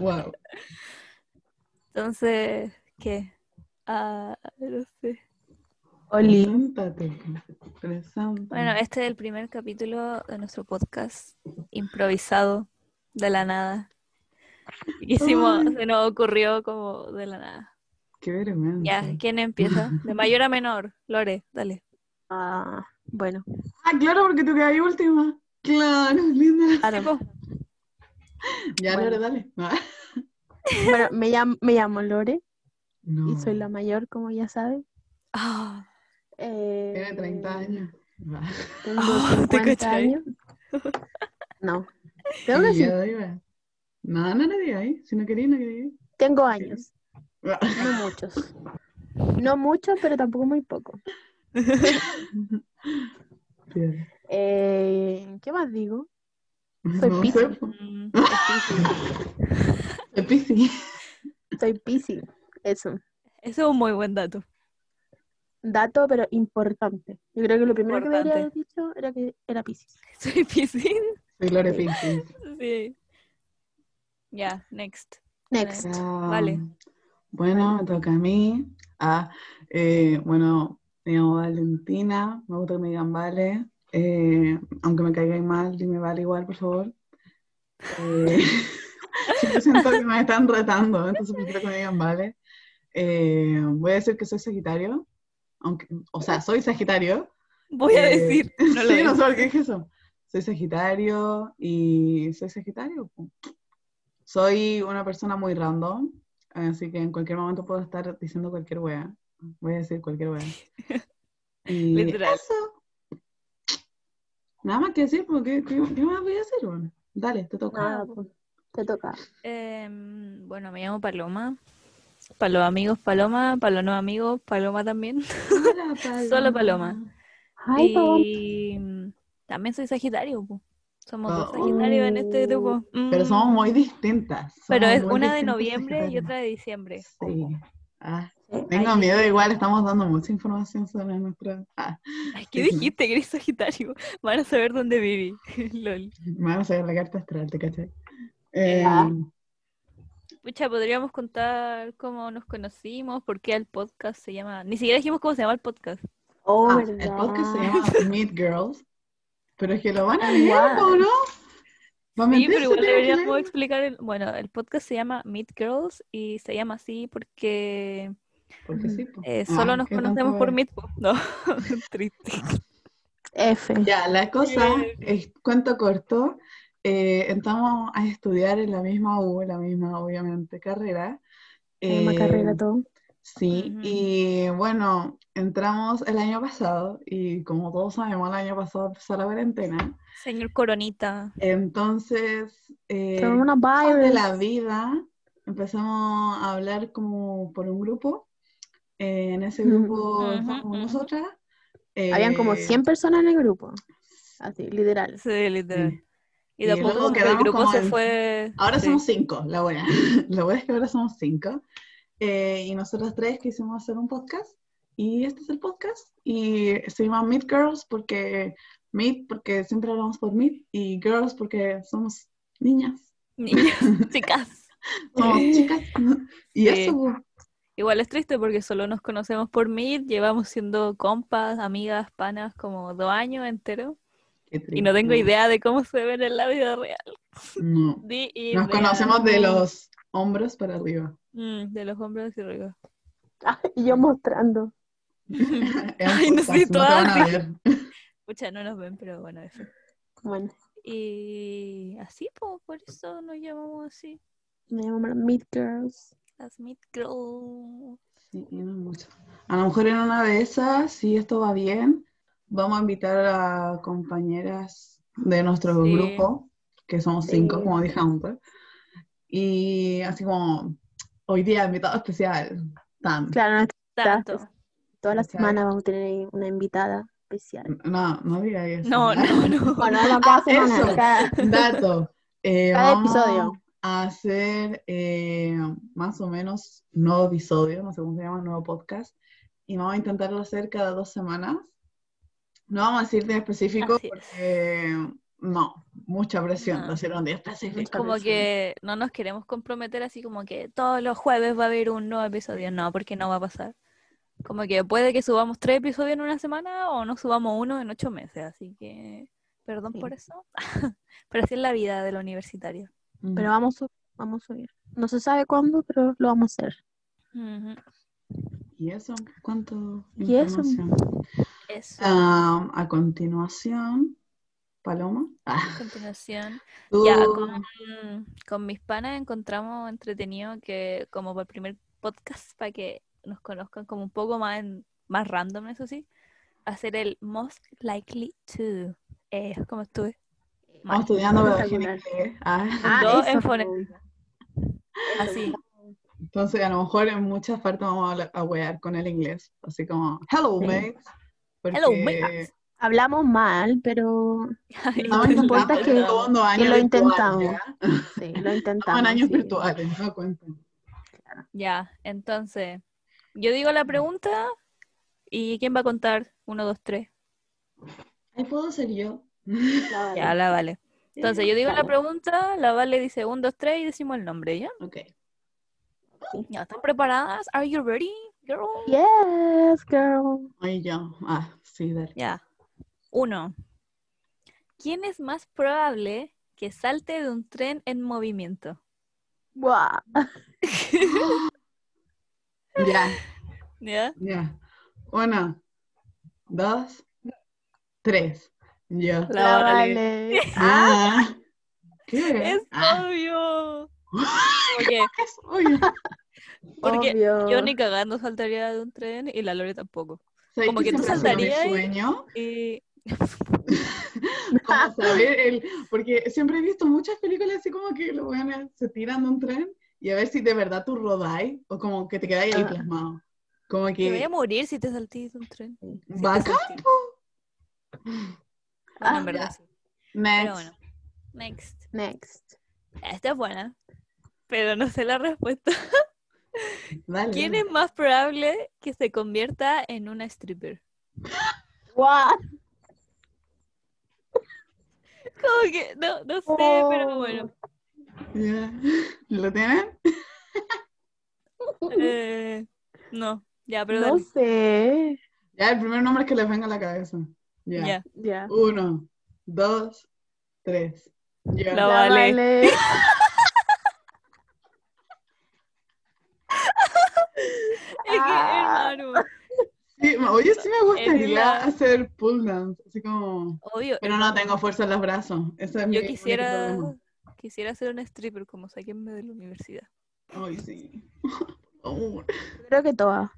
Wow. Entonces, ¿qué? Ah, no sé. Oli, Preséntate, preséntate. Bueno, este es el primer capítulo de nuestro podcast improvisado de la nada. Hicimos, Ay. se nos ocurrió como de la nada. Qué vergüenza. Ya, ¿quién empieza? De mayor a menor. Lore, dale. ah, bueno, Ah, claro, porque tú quedas última. Claro, linda. claro. Sí, po. Ya, Bueno. Lore, dale. Ah, Bueno, me, llam- me llamo Lore No. y soy la mayor, como ya saben. Ah, Eh, Tiene 30 años. Ah, Tengo Oh, ¿te 50 cachai? años. No, creo que y sí, yo digo, No, no le digáis. Si no queréis, no queréis. tengo años, Ah, no muchos. No muchos, pero tampoco muy poco. bien. Eh, ¿Qué más digo? Soy no Piscis. sé, po. mm, es difícil. Soy Piscis. Soy Piscis, eso. Eso es un muy buen dato. Dato, pero importante. Yo creo que lo primero que me Importante. habría dicho era que era Piscis. Soy piscina. Soy Lore Piscis. Sí. Ya, next. Next. Ah, Vale. Bueno, me toca a mí. Ah, eh, bueno, me llamo Valentina, me gusta que me digan Vale. Eh, aunque me caigáis mal, dime Vale igual, por favor. Eh, siempre siento que me están retando, entonces prefiero que me digan Vale. Eh, voy a decir que soy Sagitario, aunque, o sea, soy Sagitario. Voy a Eh, decir. No lo sí, no digo. sé por qué dije eso. Soy Sagitario y soy Sagitario. po. Soy una persona muy random, así que en cualquier momento puedo estar diciendo cualquier wea. Voy a decir cualquier wea. Y Literal. eso. Nada más que decir, porque ¿qué, qué más voy a hacer? bueno? Dale, te toca. Nada, pues, te toca. Em, bueno, me llamo Paloma. Para los amigos, Paloma. Para los no amigos, Paloma también. Hola, Solo Paloma. Ay, Pabón. y mm, también soy Sagitario. po. Somos dos Oh. Sagitarios en este grupo. Pero Mm. somos muy distintas. somos Pero es muy una de distintas noviembre y Sagitarios. otra de diciembre. Sí. Ah, Sí. tengo Ay, miedo, igual estamos dando mucha información sobre nuestra. Ah, Ay, ¿Qué Sí, sí. dijiste que eres Sagitario? Van a saber dónde viví. Lol. me van a sacar la carta astral, ¿te cachai? Eh, Ah. Pucha, podríamos contar cómo nos conocimos, por qué el podcast se llama. Ni siquiera dijimos cómo se llama el podcast. Oh, ah, verdad. el podcast se llama Meet Girls, pero es que lo van a leer, Igual. ¿o no? ¿Va a Sí, mentir pero si igual lo van a leer? deberíamos explicar. el- Bueno, el podcast se llama Meet Girls y se llama así porque Porque sí, po. eh, Ah, solo nos ¿qué tanto conocemos por va? Meet. po. No, triste. F. Ya, la cosa, Eh. es cuento corto, eh, entramos a estudiar en la misma U, la misma, obviamente, carrera. Misma Eh, carrera todo. Sí, Ujú. y bueno, entramos el año pasado y como todos sabemos, el año pasado empezó la cuarentena. Señor Coronita. Entonces, eh, Son unos cosas de virus. la vida, empezamos a hablar como por un grupo. Eh, en ese Ujú. grupo Ujú, estábamos ujú. nosotras. Habían como eh, 100 personas en el grupo. Así, literal. Sí, literal. sí. Y Y de a poco luego como que el quedamos grupo como se en- fue. Ahora sí. somos cinco, la buena. La buena es que ahora somos cinco. Eh, y nosotras tres quisimos hacer un podcast. Y este es el podcast. Y se llama Meet Girls porque Meet, porque siempre hablamos por Meet. Y Girls porque somos niñas. Niñas, chicas. Somos chicas. Y Sí. eso. pues. Igual es triste porque solo nos conocemos por Meet, llevamos siendo compas, amigas, panas como dos años enteros Qué y no tengo triste. idea de cómo se ven en la vida real. No. Ni idea. Nos conocemos de los hombros para arriba. Mm, de los hombros y arriba. Ah, y yo mostrando. Es un Ay, no sé, podcast, te van a todas ver. Pucha, no nos ven, pero bueno, eso. Bueno, Y así, po, por eso nos llamamos así, me llamo Meet Girls. las Meet Girls. Sí, y no mucho. A lo mejor en una de esas, si esto va bien, vamos a invitar a compañeras de nuestro Sí. grupo, que somos Sí. cinco, como dije antes. Y así como, hoy día invitado especial, Tam. Claro, no, Tanto. toda la Sí, semana vamos a tener ahí una invitada especial. No, no diga eso. No, no, no. Bueno, no cada Ah, semana, eso. cada, Dato. eh, cada vamos episodio. a hacer eh, más o menos nuevo episodio, no sé cómo se llama, nuevo podcast. Y vamos a intentarlo hacer cada dos semanas. No vamos a decir de específico Así es. porque no. mucha presión, No. lo hicieron días específicos. Mucha Como presión. que no nos queremos comprometer así como que todos los jueves va a haber un nuevo episodio. No, porque no va a pasar. Como que puede que subamos tres episodios en una semana o no subamos uno en ocho meses. Así que, perdón Sí. por eso. pero así es la vida de la universitaria. Mm. Pero vamos a subir, vamos a subir. No se sabe cuándo, pero lo vamos a hacer. Ujú. ¿Y eso? ¿Cuánto ¿Y eso? información? Eso. Ah, a continuación, Paloma. Ah, A continuación. tú- Ya, con, Mm, con mis panas encontramos entretenido que como para el primer podcast, para que nos conozcan como un poco más, en- más random, eso sí, hacer el most likely to. Eh, ¿Cómo estuve? Vamos estudiando pedagogía en Espectacular. inglés. Ah, Ah, Dos eso. en Así. entonces, a lo mejor en muchas partes vamos a, hablar- a wear con el inglés. Así como, hello, Sí. mates. Porque Hello, mates. Hablamos mal, pero estamos No importa intentando que- el segundo año que lo virtual, intentamos. ¿ya? sí, lo Estamos intentamos. en años sí. virtuales, no cuenten. Ya, entonces, yo digo la pregunta y ¿quién va a contar? Uno, dos, tres. Ahí puedo ser yo. La vale. Ya, la vale. Entonces, yo digo la Vale. pregunta, la vale dice un, dos, tres y decimos el nombre, ¿ya? Ok. ¿Ya están preparadas? ¿Are you ready, girl? Yes, girl. Ahí yo. Ah, sí, dale. Ya. Uno. ¿Quién es más probable que salte de un tren en movimiento? Buah. Ya, ¿Ya? ya. Uno, dos, tres. Yo. La La vale. vale. Ah. ¿Qué? Es Ah, obvio. Porque es obvio. Porque Obvio. yo ni cagando saltaría de un tren y la Lore tampoco. ¿Sabes Como qué que tú siempre ha sido mi saltarías y- sueño? Y Como saber el... Porque siempre he visto muchas películas así como que los weones se tiran de un tren y a ver si de verdad tú rodáis o como que te quedáis ahí Ah. plasmado. Como te voy que... a morir si te saltís de un tren. Si te ¿Vaca? saltís. Bueno, en verdad sí. Pero Ah, Next. bueno. Next. Next. Esta es buena. Pero no sé la respuesta. Dale. ¿Quién em- es más probable que se convierta en una stripper? Buah. Como que, no, no sé, Oh. pero bueno. Ya. ¿Lo tienen? Eh, no, ya, pero Uh-uh. No dale, sé. Ya, el primer nombre que les venga a la cabeza. Ya. ya. Ya. Uno, dos, tres. Ya. La vale. Es que, Ah. hermano, Sí, me- oye, sí me gustaría Ella- hacer pull downs, así como... obvio. Pero no tengo fuerza en los brazos. Ese es mi Yo único quisiera, problema. quisiera ser una stripper como saquenme de la universidad. Ay, sí. Oh, Creo que todas.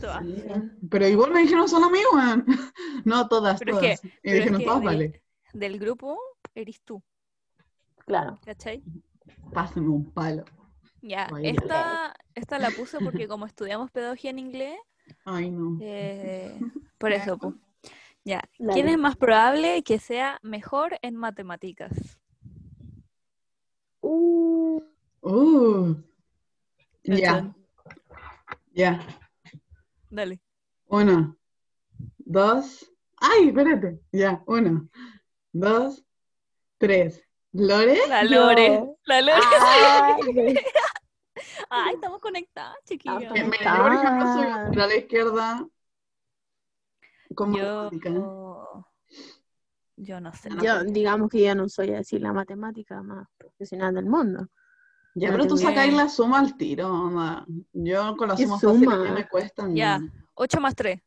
Todas. sí. Pero igual me dijeron solo a mí, weón. No, todas, Pero es todas. y pero es dijeron, que todas, de- vale. Del grupo, eres tú, Claro. ¿cachai? Pásame un palo. Ya, Vaya. esta, esta la puse porque como estudiamos pedagogía en inglés, Ay, no. eh, por eso, pues. Ya, Dale. ¿quién es más probable que sea mejor en matemáticas? Uh, Uh. Ya, Cachón. ya. Dale. Uno, dos. Ay, espérate. Ya, uno, dos, tres. ¿Lore? La Lore, la Lore. ay, Ay, estamos conectadas, chiquillas. Me- me- Ah. yo, por ejemplo, soy contra la izquierda. Como Yo, matemática. yo no sé. yo, digamos que yo no soy así la matemática más profesional del mundo. Ya, no pero tú tenía- sacáis la suma al tiro, mamá. Yo con la ¿Qué suma fácil suma? ya me cuestan Ya. 8 más 3.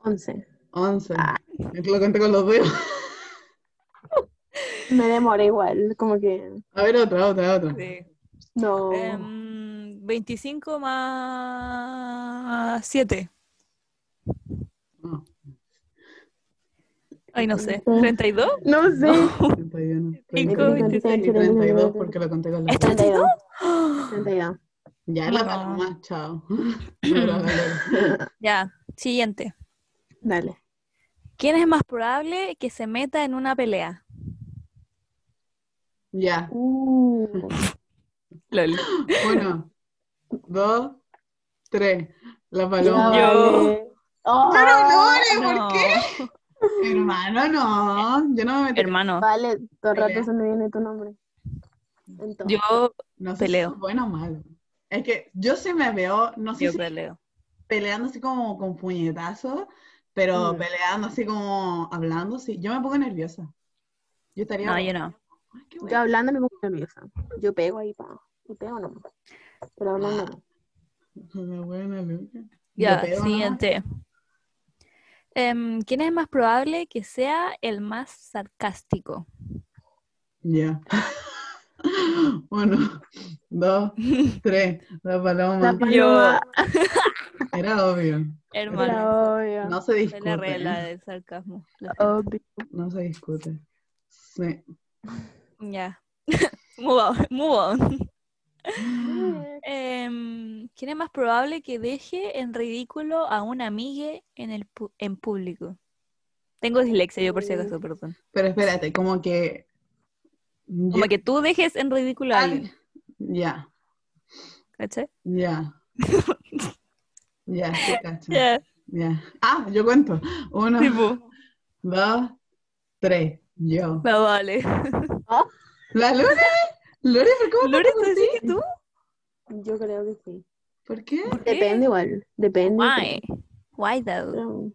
11. 11. Ah. Lo conté con los dedos. Me demora igual, como que A ver, otra, otra, otra. no. Em, 25 más 7. No, Ay, no sé. Entonces- 32. no sé. 31, Cinco, 31, veintiséis. 32 porque lo conté con los ¿Es dedos. 32? 32. Ya, la No. paloma, chao. Pero la paloma. Ya, siguiente. Dale. ¿Quién es más probable que se meta en una pelea? Ya, Uh, LOL. uno, dos, tres. La la paloma. Yo. Ah, vale. Oh, Pero Lore, ¿por No. qué? Hermano, no. Yo no me meto. Hermano, Vale, todo el Pelea. rato se me viene tu nombre. En todo. yo, No sé peleo. si es bueno o malo. Es que yo sí me veo, no sé yo si peleo. peleando así como con puñetazos, pero Mm. peleando así como hablando, sí. Yo me pongo nerviosa. Yo estaría. No, yo no. Ay, qué Yo bueno. hablando me pongo nerviosa. Yo pego ahí, pa. Y pego no. Pero hablando no. Una buena, loca. Ya, Yo pego, ¿no? siguiente. Em, ¿Quién es más probable que sea el más sarcástico? Ya. Uno, dos, tres. La paloma. La paloma, Era obvio. Hermano, la obvio. No se es la discute. regla del sarcasmo. Lo siento. Obvio. No se discute. Sí. Ya. move on, move on. Em, ¿Quién es más probable que deje en ridículo a una amiga en, el pu- en público? Tengo dislexia yo por si acaso, perdón. Pero espérate, como que. Como que tú dejes en ridículo a alguien, Ya, ¿cachai? ya. Ya, sí, cacho. Ya, Ya. Ah, yo cuento. Uno, tipo, dos, tres. Yo. no vale. ¿La Lore? ¿Lore? ¿Por qué me ¿Lore, pongo tú así? decís que tú? Yo creo que sí. ¿Por qué? ¿Por qué? Depende igual. Depende. Why? Why though? Pero-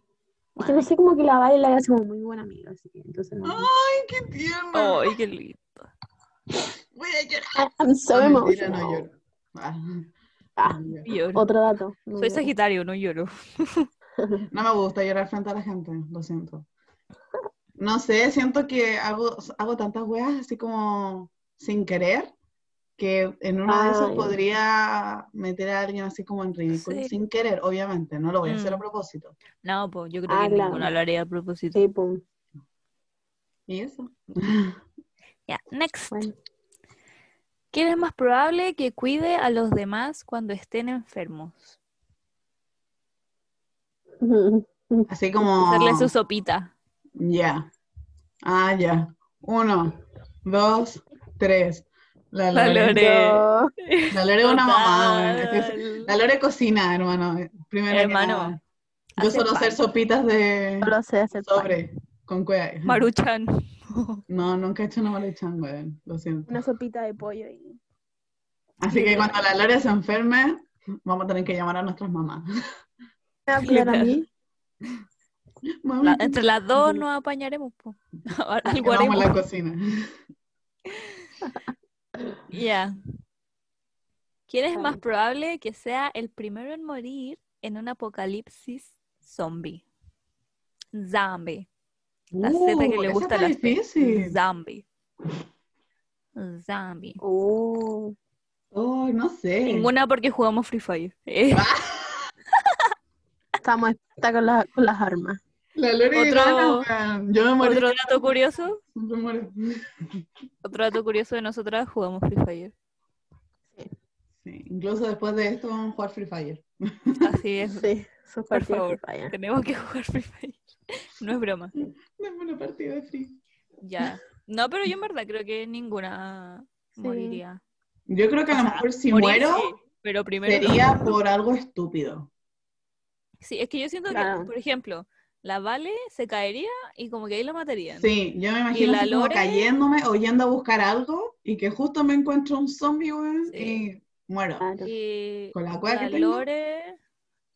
Es que no sé como que la Vale la hace como muy buena amiga, así que entonces no. ¡Ay, qué tierno! Ay, qué lindo. Voy a llorar. I'm so No, mentira, emotional. no lloro. Ah, Ah, no lloro. Lloro. otro dato. No Soy lloro. Sagitario, no lloro. No me gusta llorar frente a la gente, lo siento. No sé, siento que hago, hago tantas weas así como sin querer, que en uno de esos Ay. podría meter a alguien así como en ridículo, Sí. sin querer, obviamente, no lo voy a hacer a Mm. propósito. No, pues yo creo Ah, que claro. ninguno lo haría a propósito. Sí, pum. ¿Y eso? Ya, next. Bueno. ¿Quién es más probable que cuide a los demás cuando estén enfermos? Así como... Hacerle su sopita. Ya. Ah, ya. Uno, dos, tres. La La Lore. La Lore, Lore. Yo- es una mamá. Total. es- La Lore cocina, hermano. Primero que Hermano, nada. Yo hace suelo hacer pan. sopitas de Solo sé hacer pan. sobre con cueva. Maruchan. No, nunca he hecho una maruchan, weón. Lo siento. Una sopita de pollo y... Así que cuando la Lore se enferme, vamos a tener que llamar a nuestras mamás. Claro, a mí. Mami, La- entre las dos nos apañaremos. po. Algo vamos a haremos. la cocina. Ya. ¿Quién es más probable que sea el primero en morir en un apocalipsis zombie? Zombie. La seta que Uh, le esa gusta a está las difícil. Zombie. Zombie. Oh. Oh, no sé. Ninguna porque jugamos Free Fire. Eh, Ah, Estamos está con, la- con las armas. La Lore Otro- gana, weón. Yo me morí. otro dato curioso. Siempre muero. Otro dato curioso de nosotras jugamos Free Fire. Sí, incluso después de esto vamos a jugar Free Fire. Así es. Sí, sus Por partidas favor. que fallan. Tenemos que jugar Free Fire. No es broma. Dame una partida de Free. Ya. No, pero yo en verdad creo que ninguna Sí. moriría. Yo creo que a O lo sea, mejor si Morir, muero sí, pero primero no. sería por algo estúpido. Sí, es que yo siento que, Claro. por ejemplo, la Vale se caería y como que ahí la matarían. Sí, yo me imagino la así como Lore? cayéndome o yendo a buscar algo y que justo me encuentro un zombie, weón, Sí. y muero. Claro. Y Con la cueva la que tengo. Lore,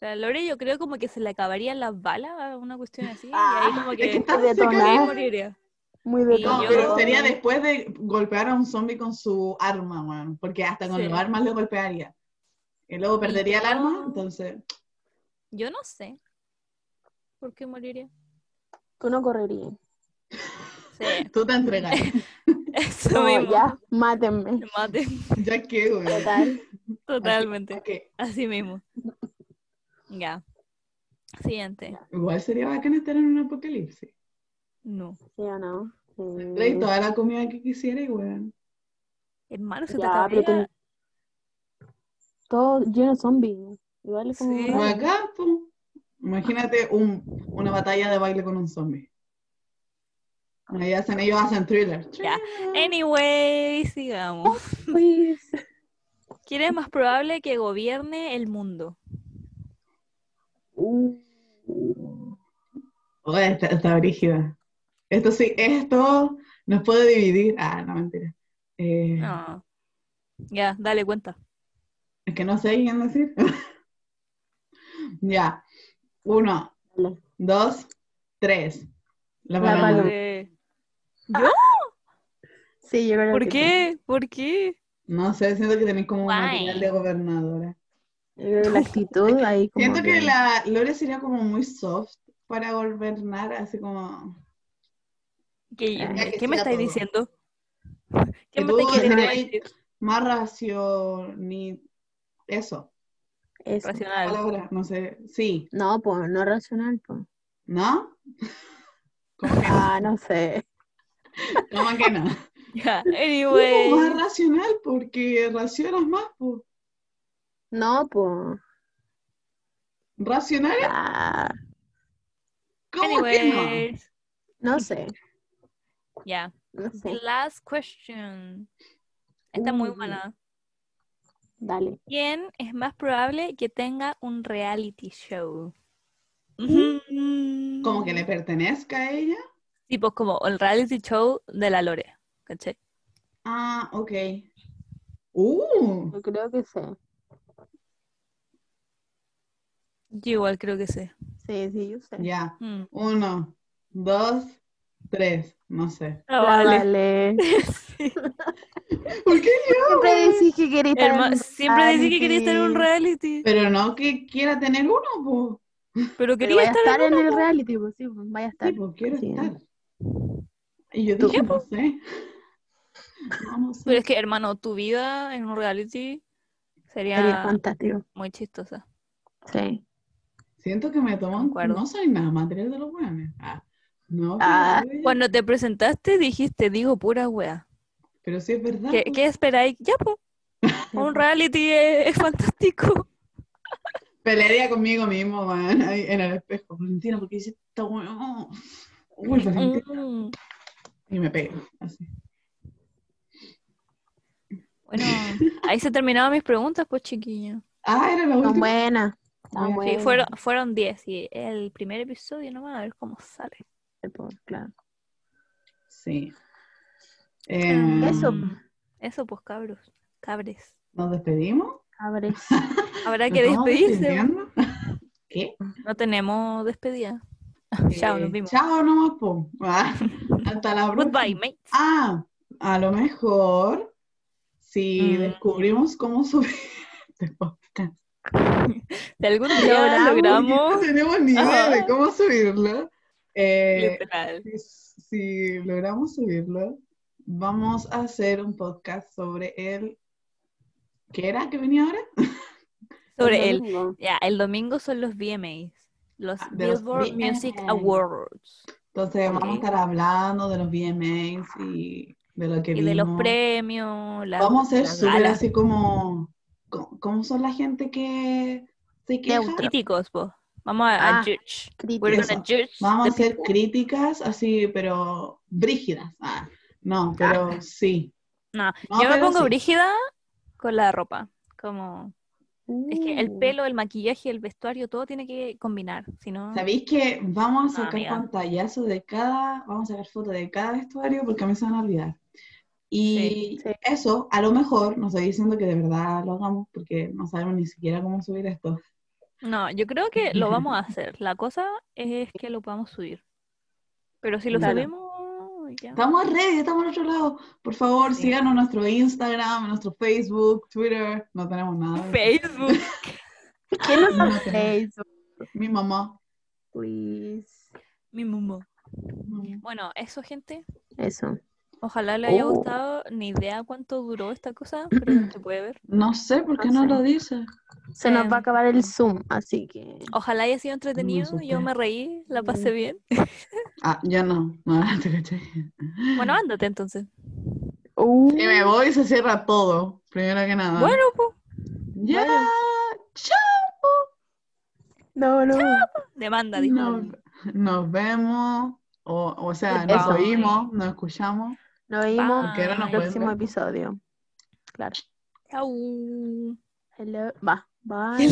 la Lore yo creo como que se le acabarían las balas, una cuestión así, y ahí Ah, como es que que está de seca. como que ahí tomar. moriría. Muy de Y No, yo- pero sería después de golpear a un zombie con su arma, weón, porque hasta con Sí. los armas le golpearía. Y luego perdería el yo- arma, entonces. Yo no sé. ¿Por qué moriría? Tú no correrías. Sí, Tú te entregas. eso No, mismo. ya, mátenme. Me mate ya que, weón. Total. totalmente. Ok. Así mismo. Ya. Siguiente. Igual sería bacán estar en un apocalipsis. No. ¿Sí o no? Mm. Trae toda la comida que quisiera y weón. Hermano, se te Ya, pero acabaría. ten- Todo lleno de zombies. Igual es como... Sí. raro. Acá, po. Imagínate un, una batalla de baile con un zombie. Ahí hacen, ellos hacen thriller. Ah, Ya. Anyway, sigamos. Uy, sí. ¿Quién es más probable que gobierne el mundo? Uh. Oh, está, está brígida. Esto sí, esto nos puede dividir. Ah, no, mentira. Eh, No. Ya, dale cuenta. Es que no sé quién decir. ya. Uno, Dale. dos, tres. La La paloma. paloma. Eh, Sí, yo creo ¿Por que qué? ¿Por qué? No sé, siento que tenés como un Guay. material de gobernadora. sí. Yo creo que La actitud ahí como Siento que la Lore sería como muy soft para gobernar, así como. ¿Qué, Ah, qué que me siga estáis todo. diciendo? ¿Qué Que me tú estáis queriendo seréis- decir? Más racio, ni. Eso. Eso. Racional. Palabra, no sé. Sí, No, pues, no racional, pues. ¿no? Como que, Ah, no sé. como que no. Ya, No, más anyway. racional, porque racionas más, pues. No, pues. ¿Racional? ah, ¿Cómo que Anyways. no sé. Ya. No sé. Last question. Está muy Uy. buena. Dale. ¿Quién es más probable que tenga un reality show? Ujú. Mm. no? Como que le pertenezca a ella. Sí, pues como el reality show de la Lore. ¿Cachai? Ah, ok. Uh, Yo creo que sé. Yo igual creo que sé. Sí, sí, yo sé. ya. Mm. Uno, dos, tres. No sé. Ah, Ah, vale. vale. Sí. ¿Por qué yo? Siempre decís que quería estar en Herma- un siempre decís que querías estar en un reality. reality, Pero no que quiera tener uno, pero Pero quería vaya a estar, estar en uno, el po. reality, pues sí, pues, vaya a pues. estar. Sí, pues quiero Sí. estar. Y yo ¿Tú? dije, no sé. No, no sé. Pero es que, hermano, tu vida en un reality Sería sería fantástico. muy chistosa. Sí. Siento que me toman. Concuerdo. No soy nada material de los buenos. Ah, no. Ah, pero- Cuando te presentaste dijiste, digo pura wea. Pero sí es verdad. ¿Qué, pues. qué esperáis? Ya, po. Un reality es, es fantástico. Pelearía conmigo mismo, weón, ahí en el espejo. Valentina, ¿por qué hiciste esta weón? Uy, Valentina. Mm. Y me pego, así. Bueno, ahí se terminaban mis preguntas, pues chiquillo. Ah, era la Tan última. buena. Tan Sí, Sí, buena. fueron, fueron 10 y el primer episodio, nomás a ver cómo sale. Pues, Claro. Sí. Eh, Eso. Eso, pues cabros, cabres. ¿Nos despedimos? Abres. Habrá ¿Nos que estamos despedirse. despidiendo? ¿Qué? No tenemos despedida. Chao, nos Eh, vimos. Chao, nomás, po. Ah, hasta la próxima. Goodbye, mates. Ah, a lo mejor, si Mm. descubrimos cómo subir este podcast. Si algún día Logramos, No logramos, tenemos ni idea Ah, Ajá. de cómo subirlo. Eh, literal. si, si logramos subirlo, vamos a hacer un podcast sobre el... ¿Qué era que venía ahora? Sobre el, ya, el domingo son los VMAs, los Ah, de los Billboard Music VMAs. Awards, Entonces vamos a Ok. estar hablando de los VMAs y de lo que y vimos. de los premios, las- Vamos a ser las súper galas, así como... co- ¿Cómo son la gente que se queja? Neutra. críticos, po. Vamos a, a Ah, judge. We're Crítica. Eso. gonna judge Vamos a the hacer people. críticas así, pero brígidas. Ah, no, pero sí. No, No, yo me pero pongo sí. brígida con la ropa, como es que el Uh, pelo, el maquillaje, el vestuario, todo tiene que combinar, si no, ¿Sabéis que vamos a No, sacar amiga. pantallazos de cada, vamos a sacar fotos de cada vestuario porque a mí se van a olvidar? Y Sí, sí. eso, a lo mejor, no estoy diciendo que de verdad lo hagamos porque no sabemos ni siquiera cómo subir esto. no, yo creo que lo vamos a hacer. La cosa es que lo podamos subir, pero si lo Claro. subimos ya. Estamos en redes, estamos al otro lado. Por favor, Sí. síganos en nuestro Instagram, en nuestro Facebook, Twitter. No tenemos nada. Facebook. ¿Qué nos Ah, No, hace que no. Facebook, Mi mamá. please? Mi mumo. Bueno, eso, gente. Eso. Ojalá le haya Oh. gustado. Ni idea cuánto duró esta cosa, pero no se puede ver. No sé por qué no, No sé. lo dice. Se nos Eh, va a acabar el Zoom, así que. Ojalá haya sido entretenido. súper. Yo me reí, la pasé bien. Ah, ya no. No, te caché. Bueno, ándate entonces. Uh, Y me voy y se cierra todo, primero que nada. Bueno, pues, ya. bueno. no, no. demanda, dijo. Nos, nos vemos, o, o sea, nos Eso. oímos, nos escuchamos. Nos vemos Ah, Porque ahora en nos Bye. pueden el próximo ver. episodio. Claro. Chau. Hello. Va. Bye.